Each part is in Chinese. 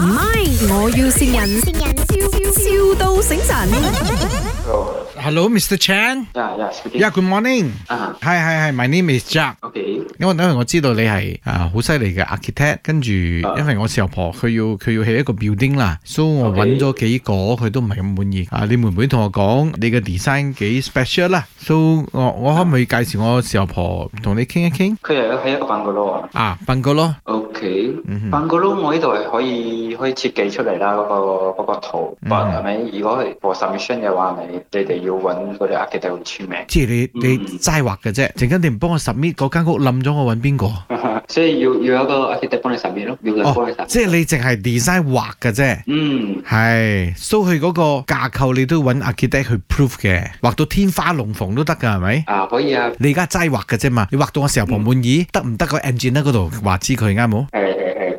唔係，我要善人，笑笑到醒神。 Hello. Hello, Mr. Chan. Yeah, yeah, speaking. Yeah, good morning. 啊係係係，my name is Jack。 ，OK，因為因為我知道你係啊好犀利嘅 architect，跟住啊因為我時候婆佢要佢要起一個 building 啦，所以我 OK 揾咗幾個佢都唔係咁滿意。啊，你妹妹同我講你嘅 design 幾 special 啦，所以我我可唔可以介紹我時候婆同你傾一傾？佢又喺一個 bungalow 啊。啊，笨哥咯， OK，嗯哼 bungalow 我呢度係可以可以設計出嚟啦，嗰、個嗰、個圖。嗯 But 係咪如果係 for submission 嘅話，你你哋要揾嗰啲 architect 會簽名， 即係你嗯你齋畫嘅啫，陣間你唔幫我 submit 嗰間屋冧咗，我揾邊個？所以要要有一個 architect 幫你 submit 咯，要人幫你哦， submit。即係你淨係 design 畫嘅啫。嗯，系，所以佢嗰個架構你都要揾 architect 去 proof 嘅，畫到天花龍鳳都得㗎，係咪？啊可以啊，你而家齋畫嘅啫嘛，你畫到我時候婆滿意，得唔得個 engine 嗰度話知佢啱冇？誒誒誒，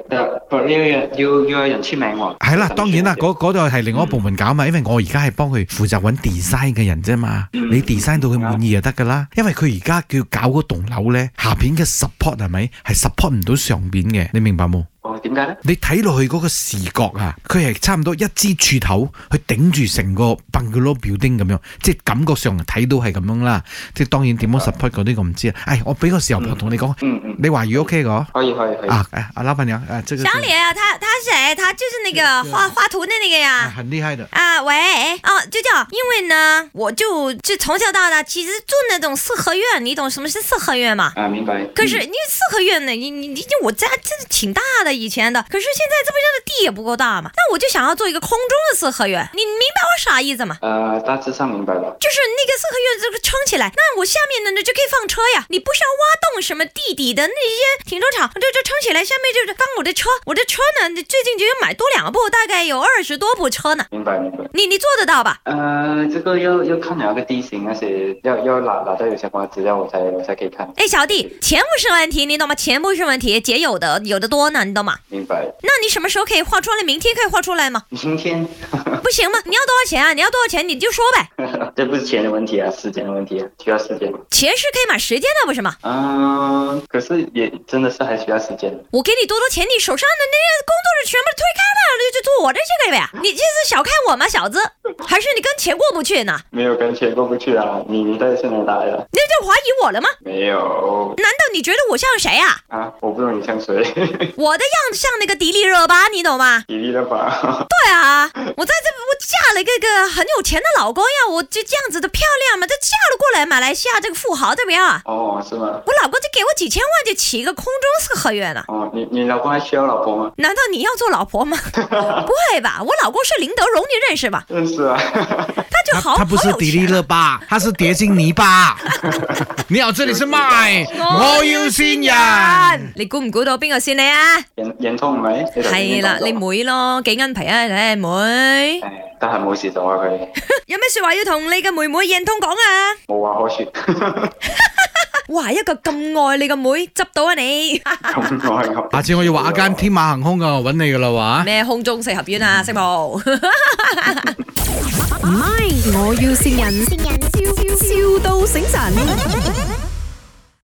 得，but 呢個要要有人簽名喎。係啦，當然啦， submission 嗰嗰度係另外一個部門搞嘛，因為我而家係幫佢負責揾 design 嘅人啫嘛，你 design 到佢滿意就得㗎啦。因為佢而家叫搞嗰棟樓咧，下邊嘅 support 係咪係 support 唔到上邊嘅，你明白冇？哦，點解咧？你睇落去嗰個視覺啊，佢係差唔多一支柱頭去頂住成個 bungalow building 咁樣，即係感覺上睇到係咁樣啦。即係當然點樣 support 嗰啲我唔知啊。唉，我俾個時候婆同你講，嗯嗯，你話如 OK 個可以可以可以。啊？哎啊，老闆娘，啊，這個是小李啊，他他是谁？他就是那个画画图的那个啊，呀。很厲害的。啊，喂，哦，就这样，因为呢，我就就从小到大其实住那种四合院，你懂什么是四合院吗？啊，明白。可嗯是因为四合院呢，你你你我家真的挺大的，以前的，可是现在这不是地也不够大嘛，那我就想要做一个空中的四合院，你你明白我啥意思吗？呃，大致上明白了。就是那个四合院这个撑起来，那我下面呢那就可以放车呀，你不需要挖洞什么地底的那些停车场，这这撑起来，下面就是放我的车，我的车呢最近就要买多两部，大概有二十多部车呢，明白明白。你你做得到吧？呃，这个要要看哪个地形那些，要要拿拿到有相关资料，我才我才可以看。哎，小弟，钱不是问题，你懂吗？钱不是问题，姐有的有的多呢，你懂吗？明白。那你什么时候可以画出来？明天可以画出来吗？明天， 不行吗？你要多少钱啊？你要多少钱你就说呗，这不是钱的问题啊，时间的问题、啊，需要时间。钱是可以买时间的，不是吗？嗯、可是也真的是还需要时间。我给你多多钱，你手上的那些工作是全部推开了，就就坐我这去了呗。你这是小看我吗，小子？还是你跟钱过不去呢？没有跟钱过不去啊，你你到底是哪来的？你这怀疑我了吗？没有难道你觉得我像谁啊？啊，我不懂你像谁，我的样子像那个迪丽热巴，你懂吗？ 比例的吧？对啊，我在这我嫁了一个个很有钱的老公呀，我就这样子的漂亮嘛，就嫁了过来马来西亚这个富豪这边啊。哦，是吗？我老公就给我几千万就起一个空中四合院呢。哦，你你老公还需要老婆吗？难道你要做老婆吗？不会吧，我老公是林德荣，你认识吧？认识啊， 他就好他不是好有迪丽钱啊热巴，他是碟中泥 巴。你好，这里是麥，我要先人。你估唔估到邊個先你啊？眼眼痛没？呢度已係經啦，講咗你啊妹咯，幾奀皮啊，你睇妹。誒得閒冇事做下佢，有咩说話要同你嘅妹妹燕通講啊？冇話可 說。哇，一個咁愛你嘅妹，執到啊 你！咁我係下次啊我要畫一間天馬行空啊噶，我揾你噶啦喎。咩空中四合院 啊，識冇？唔係，我要善人，笑笑到醒神。